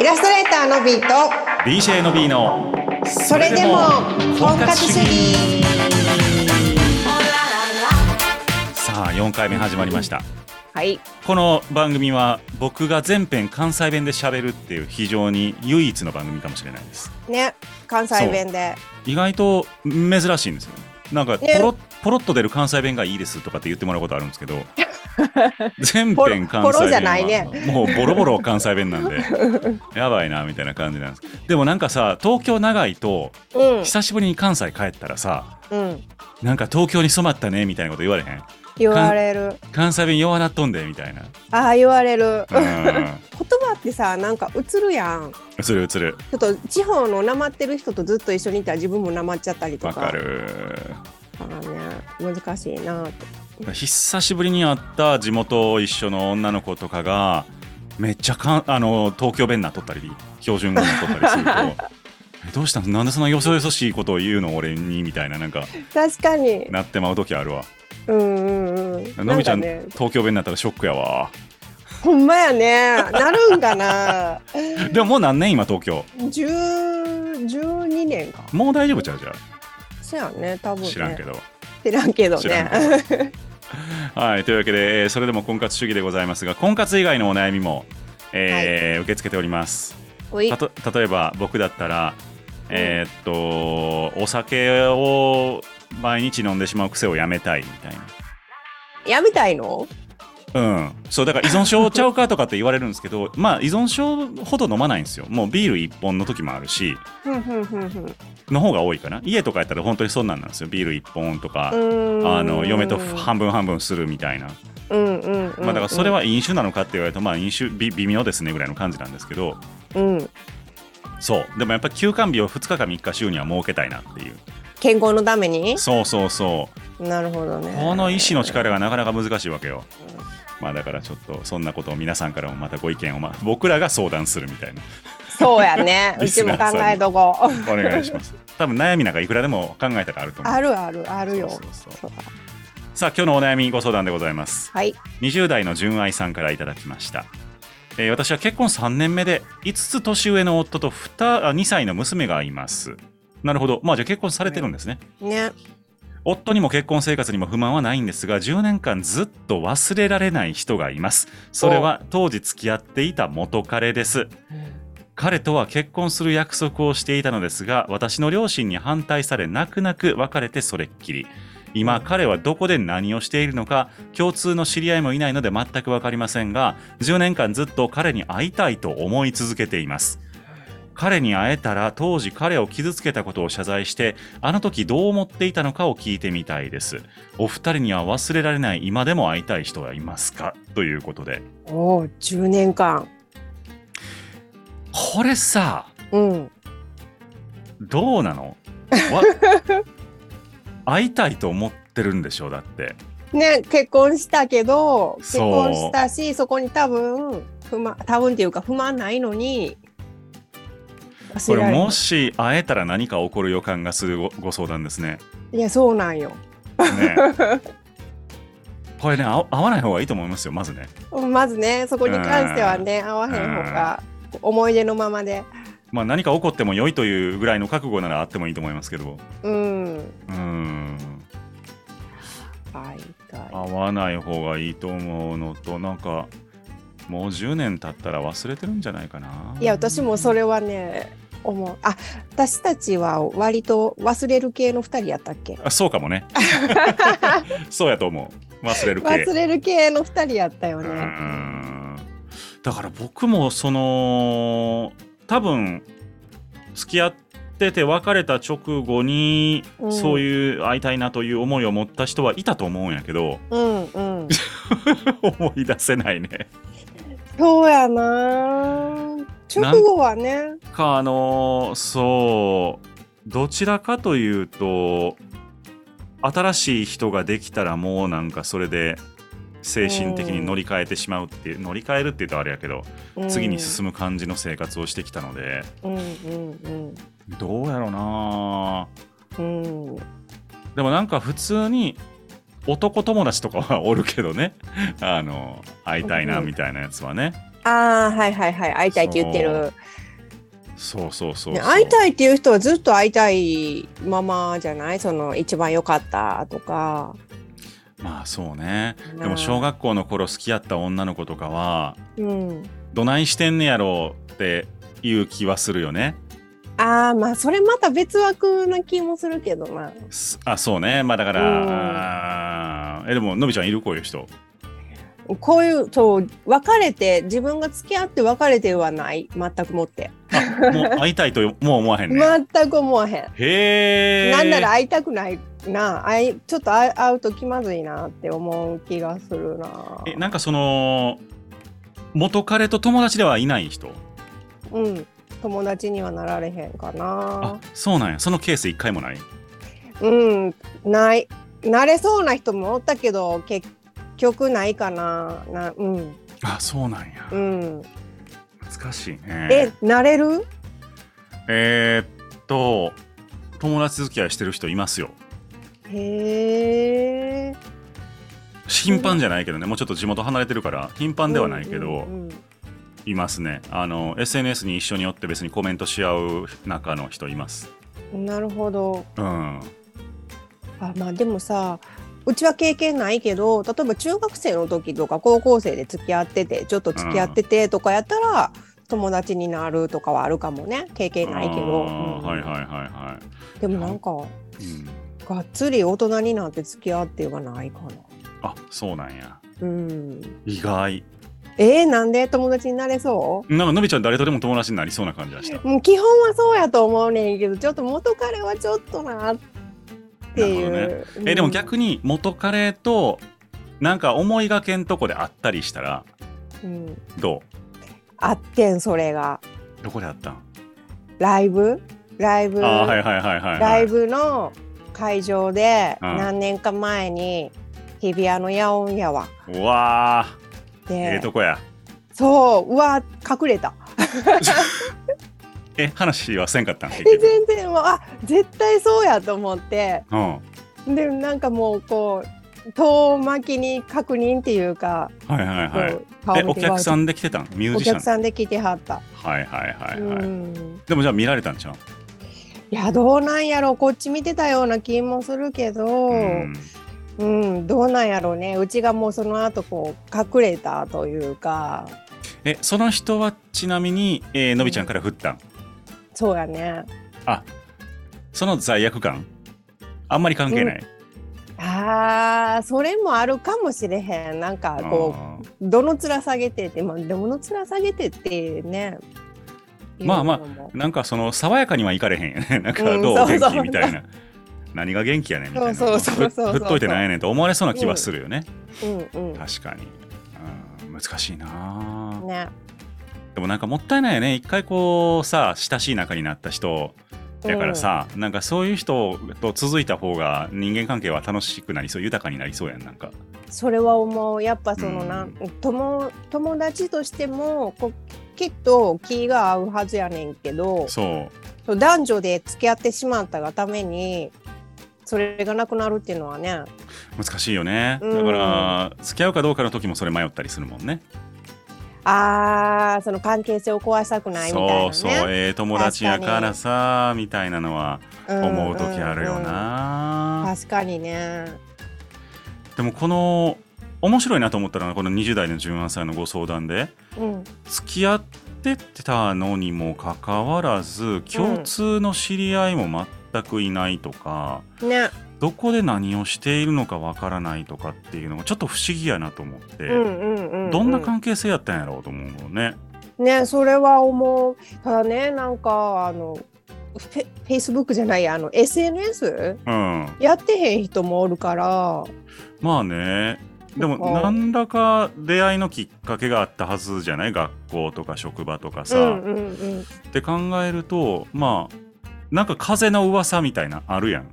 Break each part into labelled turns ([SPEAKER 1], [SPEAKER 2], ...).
[SPEAKER 1] イラストレーターのビーと
[SPEAKER 2] BJ の B の
[SPEAKER 1] それでも本格主義
[SPEAKER 2] さあ4回目始まりました
[SPEAKER 1] はい
[SPEAKER 2] この番組は僕が全編関西弁で喋るっていう非常に唯一の番組かもしれないです
[SPEAKER 1] ね関西弁で
[SPEAKER 2] 意外と珍しいんですよねなんかポ
[SPEAKER 1] ね
[SPEAKER 2] ロ,、ポロっと出る関西弁がいいですとかって言ってもらうことあるんです けど全
[SPEAKER 1] ポロ
[SPEAKER 2] 編関
[SPEAKER 1] ポロ
[SPEAKER 2] 西
[SPEAKER 1] じゃ
[SPEAKER 2] 弁
[SPEAKER 1] ないね
[SPEAKER 2] はもうボロボロ関西弁なんでやばいなみたいな感じなんですでもなんかさ東京長いと
[SPEAKER 1] うん
[SPEAKER 2] 久しぶりに関西帰ったらさ
[SPEAKER 1] うん
[SPEAKER 2] なんか東京に染まったねみたいなこと言われへん
[SPEAKER 1] 言われる
[SPEAKER 2] 関西弁弱なっとんでみたいな
[SPEAKER 1] ああ言われる
[SPEAKER 2] う
[SPEAKER 1] 言
[SPEAKER 2] ん
[SPEAKER 1] 葉ってさなんか映るやんち
[SPEAKER 2] 映る映る
[SPEAKER 1] ょっと地方のなまってる人とずっと一緒にいたら自分もなまっちゃったりと
[SPEAKER 2] わ
[SPEAKER 1] か
[SPEAKER 2] かる
[SPEAKER 1] だからね難しいなって
[SPEAKER 2] 久しぶりに会った地元一緒の女の子とかがめっちゃかんあの東京弁なっとったり標準語なっとったりすると えどうしたのなんでそんなよそよそしいことを言うの俺にみたいななんか
[SPEAKER 1] 確かに
[SPEAKER 2] なってまう時あるわ
[SPEAKER 1] うんうんうん
[SPEAKER 2] のびちゃん
[SPEAKER 1] なんかね
[SPEAKER 2] 東京弁になったらショックやわ
[SPEAKER 1] ほんまやねなるんかな
[SPEAKER 2] でももう何年今東京
[SPEAKER 1] 10 12年か
[SPEAKER 2] もう大丈夫ちゃうじゃ
[SPEAKER 1] そうやね多分
[SPEAKER 2] ん
[SPEAKER 1] ね
[SPEAKER 2] 知らんけど
[SPEAKER 1] 知らんけど
[SPEAKER 2] 知らん
[SPEAKER 1] ね
[SPEAKER 2] けどはい、というわけで、えーそれでも婚活主義でございますが、婚活以外のお悩みも、えー受け付けております。
[SPEAKER 1] おい
[SPEAKER 2] たと例えば、僕だったら、えーっと、お酒を毎日飲んでしまう癖をやめたいみたい
[SPEAKER 1] やめたいの
[SPEAKER 2] な。うん、そうだから依存症ちゃうかとかって言われるんですけど まあ依存症ほど飲まないんですよもうビール1本の時もあるし
[SPEAKER 1] ふんふんふんふんう
[SPEAKER 2] の方が多いかな家とかやったら本当にそんなんなんですよビール1本とか、
[SPEAKER 1] ーん
[SPEAKER 2] あの嫁と半分半分するみたいな
[SPEAKER 1] うんうんうん、うん、
[SPEAKER 2] まあ、だからそれは飲酒なのかって言われると、まあ、飲酒び微妙ですねぐらいの感じなんですけど
[SPEAKER 1] うん
[SPEAKER 2] そうでもやっぱり休館日を2日か3日週には設けたいなっていう
[SPEAKER 1] 健康のために
[SPEAKER 2] そうそうそう
[SPEAKER 1] なるほどね
[SPEAKER 2] この意志の力がなかなか難しいわけよまあだからちょっとそんなことを皆さんからもまたご意見を、まあ、僕らが相談するみたいな
[SPEAKER 1] そうやねう
[SPEAKER 2] リ
[SPEAKER 1] ち
[SPEAKER 2] ス
[SPEAKER 1] も
[SPEAKER 2] ナーさん
[SPEAKER 1] 考
[SPEAKER 2] に
[SPEAKER 1] えとこう
[SPEAKER 2] お願い します多分悩みなんかいくらでも考えたらあると思う
[SPEAKER 1] あるあるあるよ
[SPEAKER 2] そうそうそう
[SPEAKER 1] そうだ
[SPEAKER 2] さあ今日のお悩みご相談でございます
[SPEAKER 1] はい
[SPEAKER 2] 20代の純愛さんからいただきました、えー私は結婚3年目で5つ年上の夫と 2, あ2歳の娘がいますなるほどまあじゃあ結婚されてるんですね、
[SPEAKER 1] ね
[SPEAKER 2] 夫にも結婚生活にも不満はないんですが10年間ずっと忘れられない人がいますそれは当時付き合っていた元彼です彼とは結婚する約束をしていたのですが私の両親に反対され泣く泣く別れてそれっきり今彼はどこで何をしているのか共通の知り合いもいないので全く分かりませんが10年間ずっと彼に会いたいと思い続けています彼に会えたら当時彼を傷つけたことを謝罪してあの時どう思っていたのかを聞いてみたいですお二人には忘れられない今でも会いたい人はいますかということで
[SPEAKER 1] おお10年間
[SPEAKER 2] これさ
[SPEAKER 1] うん
[SPEAKER 2] どうなのわ会いたいと思ってるんでしょうだって
[SPEAKER 1] ね結婚したけど結
[SPEAKER 2] そう
[SPEAKER 1] 婚したしそこに多分不満多分っていうか不満ないのに
[SPEAKER 2] こ
[SPEAKER 1] 忘れ
[SPEAKER 2] れ
[SPEAKER 1] られない
[SPEAKER 2] もし会えたら何か起こる予感がするごご相談ですね
[SPEAKER 1] いやそうなんよ
[SPEAKER 2] ねこれねあ会わない方がいいと思いますよまずね
[SPEAKER 1] まずねそこに関してはね合わへんほか思い出のままで
[SPEAKER 2] まあ何か起こっても良いというぐらいの覚悟ならあってもいいと思いますけど
[SPEAKER 1] うん
[SPEAKER 2] うーん
[SPEAKER 1] 会いたい
[SPEAKER 2] 会わない方がいいと思うのとなんかもう10年経ったら忘れてるんじゃないかない
[SPEAKER 1] や私もそれはね思うあ私たちは割と忘れる系の二人やったっけ
[SPEAKER 2] あそうかも ねそうやと思う忘れる系
[SPEAKER 1] 忘れる系の二人やったよ
[SPEAKER 2] う
[SPEAKER 1] ね
[SPEAKER 2] んだから僕もその多分付き合ってて別れた直後に、
[SPEAKER 1] うん
[SPEAKER 2] そういう会いたいなという思いを持った人はいたと思うんやけど
[SPEAKER 1] うんうん
[SPEAKER 2] 思い出せないね。
[SPEAKER 1] そうやな直後はね
[SPEAKER 2] かあのーそうどちらかというと新しい人ができたらもうなんかそれで精神的に乗り換えてしまうっていう、乗り換えるって言うとあれやけど、次に進む感じの生活をしてきたので。
[SPEAKER 1] むうんうん
[SPEAKER 2] どうやろうな
[SPEAKER 1] うんうん
[SPEAKER 2] でもなんか普通に 男友達とかはおるけどねあの会いたいなみたいなやつはね
[SPEAKER 1] ああはいはいはい会いたいって言ってる、
[SPEAKER 2] そうそうそうそう、
[SPEAKER 1] ね、会いたいっていう人はずっと会いたいままじゃないその一番良かったとか
[SPEAKER 2] まあそうね
[SPEAKER 1] なあ
[SPEAKER 2] でも小学校の頃好きやった女の子とかは
[SPEAKER 1] うん
[SPEAKER 2] どないしてんねやろうっていう気はするよね
[SPEAKER 1] ああまあそれまた別枠な気もするけどな
[SPEAKER 2] すあそうねまあだか
[SPEAKER 1] うん
[SPEAKER 2] らあーえでものびちゃんいるこういう人
[SPEAKER 1] こういうそう別れて自分が付き合って別れてはない全くもって
[SPEAKER 2] あもう会いたいともう思わへんね、
[SPEAKER 1] 全く思わへん、
[SPEAKER 2] へえ
[SPEAKER 1] なんなら会いたくないな会いちょっと会会うと気まずいなって思う気がするな
[SPEAKER 2] えなんかその元彼と友達ではいない人
[SPEAKER 1] うん友達にはなられへんかな
[SPEAKER 2] あそうなんやそのケース一回もない
[SPEAKER 1] うん、ない。慣れそうな人もおったけど、結局ないかな。なうん、
[SPEAKER 2] あそうなんや、
[SPEAKER 1] うん。
[SPEAKER 2] 難しい
[SPEAKER 1] え
[SPEAKER 2] ね、
[SPEAKER 1] 慣れる
[SPEAKER 2] えーっと友達付き合いしてる人いますよ
[SPEAKER 1] へえ。
[SPEAKER 2] 頻繁じゃないけどねもうちょっと地元離れてるから頻繁ではないけど、
[SPEAKER 1] うんうん
[SPEAKER 2] いますねあの SNS に一緒によって別にコメントし合う中の人います
[SPEAKER 1] うんなるほど。
[SPEAKER 2] うん
[SPEAKER 1] あ、まあでもさ、うちは経験ないけど、例えば中学生の時とか高校生で付き合ってて、ちょっと付き合っててとかやったら、友達になるとかはあるかもね。経験ないけど。
[SPEAKER 2] あー
[SPEAKER 1] うん
[SPEAKER 2] はいはいはいは
[SPEAKER 1] でもなんか、
[SPEAKER 2] い、うん、
[SPEAKER 1] がっつり大人になって付き合ってはないかな。
[SPEAKER 2] あそうなんや
[SPEAKER 1] うん。
[SPEAKER 2] 意外
[SPEAKER 1] えー、なんで友達になれそ
[SPEAKER 2] なんかのびちゃん誰とでも友達になりそうな感じがした
[SPEAKER 1] うもう基本はそうやと思うねんけどちょっと元彼はちょっとなっていう、
[SPEAKER 2] なる
[SPEAKER 1] うん
[SPEAKER 2] えでも逆に元カレとなんか思いがけんとこで会ったりしたら
[SPEAKER 1] うん、
[SPEAKER 2] ど
[SPEAKER 1] あってんそれが
[SPEAKER 2] うどこで会ったん、
[SPEAKER 1] ライブライブ、
[SPEAKER 2] あーはいはいはいはい、はい、
[SPEAKER 1] ライブの会場で
[SPEAKER 2] うん
[SPEAKER 1] 何年か前に日比谷のヤオンやわ
[SPEAKER 2] うわーええ
[SPEAKER 1] で、
[SPEAKER 2] とこや
[SPEAKER 1] そううわ隠れた
[SPEAKER 2] え話はせんかったん結
[SPEAKER 1] で
[SPEAKER 2] 局
[SPEAKER 1] 全然もうあ絶対そうやと思って
[SPEAKER 2] うんは
[SPEAKER 1] でなんかもうこう遠巻きに確認っていうか、
[SPEAKER 2] いはいはい
[SPEAKER 1] こう顔
[SPEAKER 2] え
[SPEAKER 1] 向
[SPEAKER 2] お
[SPEAKER 1] けが合う
[SPEAKER 2] 客さんで来てたんミュー
[SPEAKER 1] お
[SPEAKER 2] ジシャ
[SPEAKER 1] 客
[SPEAKER 2] ン
[SPEAKER 1] さんで来てはった。
[SPEAKER 2] はいはいはいはい、
[SPEAKER 1] うん
[SPEAKER 2] でもじゃあ見られたんちゃう
[SPEAKER 1] いやどうなんやろこっち見てたような気もするけど、う
[SPEAKER 2] うん
[SPEAKER 1] ん、どうなんやろねうちがもうその後こう隠れたというか
[SPEAKER 2] えその人はちなみに、えーのびちゃんから振ったん、
[SPEAKER 1] そうやね
[SPEAKER 2] あその罪悪感あんまり関係ない、
[SPEAKER 1] あーそれもあるかもしれへんなんかこ
[SPEAKER 2] あー
[SPEAKER 1] うどの面下げてってまあどの面下げてってね
[SPEAKER 2] まあまあ
[SPEAKER 1] いうのも
[SPEAKER 2] なんかその爽やかにはいかれへんよね なんかどう
[SPEAKER 1] うんそうそう
[SPEAKER 2] 元気みたいな何が元気やねんみたいな
[SPEAKER 1] そうそうそうそうそう
[SPEAKER 2] ふっといてないねんと思われそうな気はするよね、
[SPEAKER 1] うんう
[SPEAKER 2] 確かに、うん、難しいなあ
[SPEAKER 1] んね
[SPEAKER 2] でもなんかもったいないよね一回こうさ親しい仲になった人だからさ、なんかそういう人と続いた方が人間関係は楽しくなりそう豊かになりそうやんなんか
[SPEAKER 1] それは思うやっぱそのな、
[SPEAKER 2] うん
[SPEAKER 1] 友友達としてもこうきっと気が合うはずやねんけど
[SPEAKER 2] そう
[SPEAKER 1] そう男女で付き合ってしまったがためにそれがなくなるっていうのはね
[SPEAKER 2] 難しいよね
[SPEAKER 1] う
[SPEAKER 2] だ
[SPEAKER 1] ん
[SPEAKER 2] から付き合うかどうかの時もそれ迷ったりするもんね
[SPEAKER 1] あーその関係性を壊したくないみたいな
[SPEAKER 2] そ
[SPEAKER 1] ね
[SPEAKER 2] うそうええ友達やからさみたいなのは
[SPEAKER 1] うん
[SPEAKER 2] 思う時あるよ
[SPEAKER 1] うんうん
[SPEAKER 2] な、
[SPEAKER 1] 確かにね
[SPEAKER 2] でもこの面白いなと思ったのはこの20代の17歳のご相談で
[SPEAKER 1] うん
[SPEAKER 2] 付き合ってたのにもかかわらず共通の知り合いも全くいないとか、
[SPEAKER 1] ね
[SPEAKER 2] どこで何をしているのかわからないとかっていうのがちょっと不思議やなと思って、
[SPEAKER 1] うんうんうん、うん、
[SPEAKER 2] どんな関係性やったんやろうと思うのね。
[SPEAKER 1] ねそれは思うただねなんかあのフェフェイスブックじゃないあの SNS
[SPEAKER 2] うん、
[SPEAKER 1] やってへん人もおるから
[SPEAKER 2] まあねでも
[SPEAKER 1] そう
[SPEAKER 2] 何らか出会いのきっかけがあったはずじゃない学校とか職場とかさ、
[SPEAKER 1] うんうんうん、
[SPEAKER 2] って考えるとまあなんか風の噂みたいなあるやん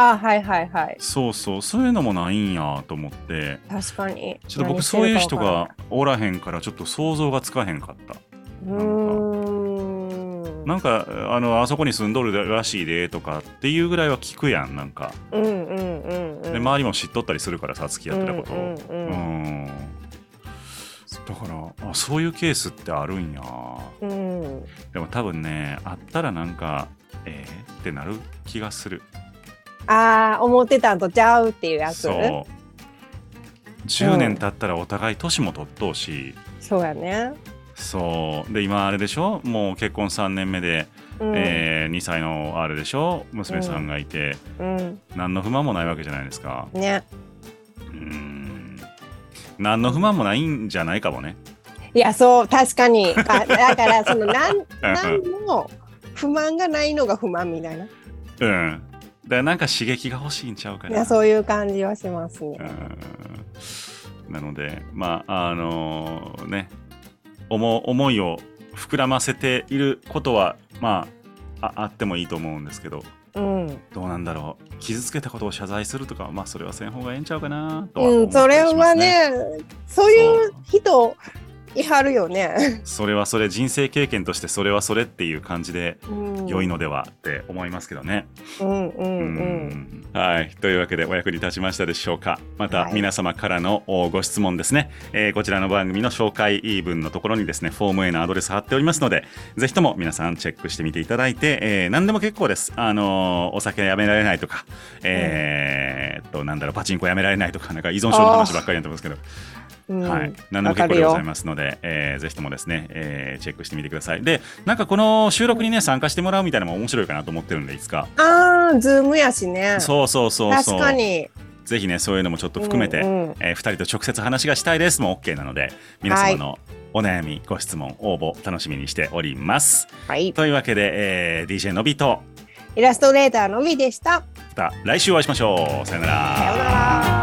[SPEAKER 1] あはいはいはい
[SPEAKER 2] そうそうそういうのもないんやと思って
[SPEAKER 1] 確かに
[SPEAKER 2] ちょっと僕そういう人
[SPEAKER 1] 何
[SPEAKER 2] がおらへんからちょっと想像がつかへんかった
[SPEAKER 1] してるか分からんうーん
[SPEAKER 2] なんかあのあそこに住んどるらしいでとかっていうぐらいは聞くやんなんか
[SPEAKER 1] うんうんうんうん
[SPEAKER 2] で周りも知っとったりするからさ付き合ってたことを
[SPEAKER 1] うんうんうん
[SPEAKER 2] うんだからあそういうケースってあるんや
[SPEAKER 1] うん、
[SPEAKER 2] でも多分ねあったらなんかえー、ってなる気がする
[SPEAKER 1] ああ思ってたんとちゃうっていうやつ
[SPEAKER 2] そう10年経ったらお互い年も取っとうし
[SPEAKER 1] そうやね、
[SPEAKER 2] そうで今あれでしょもう結婚3年目で、
[SPEAKER 1] うん
[SPEAKER 2] え2歳のあれでしょ娘さんがいて、
[SPEAKER 1] うん
[SPEAKER 2] 何の不満もないわけじゃないですか
[SPEAKER 1] ね
[SPEAKER 2] うーん何の不満もないんじゃないかもね
[SPEAKER 1] いやそう確かにあだからそのなんなんも不満がないのが不満みたいな
[SPEAKER 2] うんだからなんか刺激が欲しいんちゃうか
[SPEAKER 1] い
[SPEAKER 2] な
[SPEAKER 1] やそういう感じはしますね、
[SPEAKER 2] うんなのでまああのね思う思いを膨らませていることはまあああってもいいと思うんですけど
[SPEAKER 1] うん
[SPEAKER 2] どうなんだろう傷つけたことを謝罪するとかはまあそれはせん方がええんちゃうかなとは思
[SPEAKER 1] う
[SPEAKER 2] っ
[SPEAKER 1] ん、
[SPEAKER 2] た
[SPEAKER 1] そ
[SPEAKER 2] り
[SPEAKER 1] れ
[SPEAKER 2] しま
[SPEAKER 1] は
[SPEAKER 2] すね,、
[SPEAKER 1] ね、そういう人いはるよね。
[SPEAKER 2] それはそれ人生経験としてそれはそれっていう感じで良い
[SPEAKER 1] の。
[SPEAKER 2] のではって思いますけどね。
[SPEAKER 1] うんうんうん。
[SPEAKER 2] はい、というわけでお役に立ちましたでしょうかまた
[SPEAKER 1] はい
[SPEAKER 2] 皆様からのおご質問ですね、えーこちらの番組の紹介文のところにですねフォームへのアドレス貼っておりますのでぜひとも皆さんチェックしてみていただいて、えー何でも結構です、あのーお酒やめられないとか、えーっとなんだろうパチンコやめられないとかなんか依存症の話ばっかりだと思うんですけど
[SPEAKER 1] うん
[SPEAKER 2] はい、何でも結構でございますので、えーぜひともですね、えーチェックしてみてくださいでなんかこの収録にね参加してもらうみたいなのも面白いかなと思ってるんでいつか、
[SPEAKER 1] ああ、ズームやしね。
[SPEAKER 2] そうそうそうそう
[SPEAKER 1] 確かに。
[SPEAKER 2] ぜひねそういうのもちょっと含めて、
[SPEAKER 1] うんうん
[SPEAKER 2] え2人と直接話がしたいですも OK なので皆様のお悩み、ご質問応募楽しみにしております
[SPEAKER 1] はい。
[SPEAKER 2] というわけで、えー DJ のびと
[SPEAKER 1] イラストレーターのみでした。
[SPEAKER 2] また来週お会いしましょうさよなら
[SPEAKER 1] さようなら。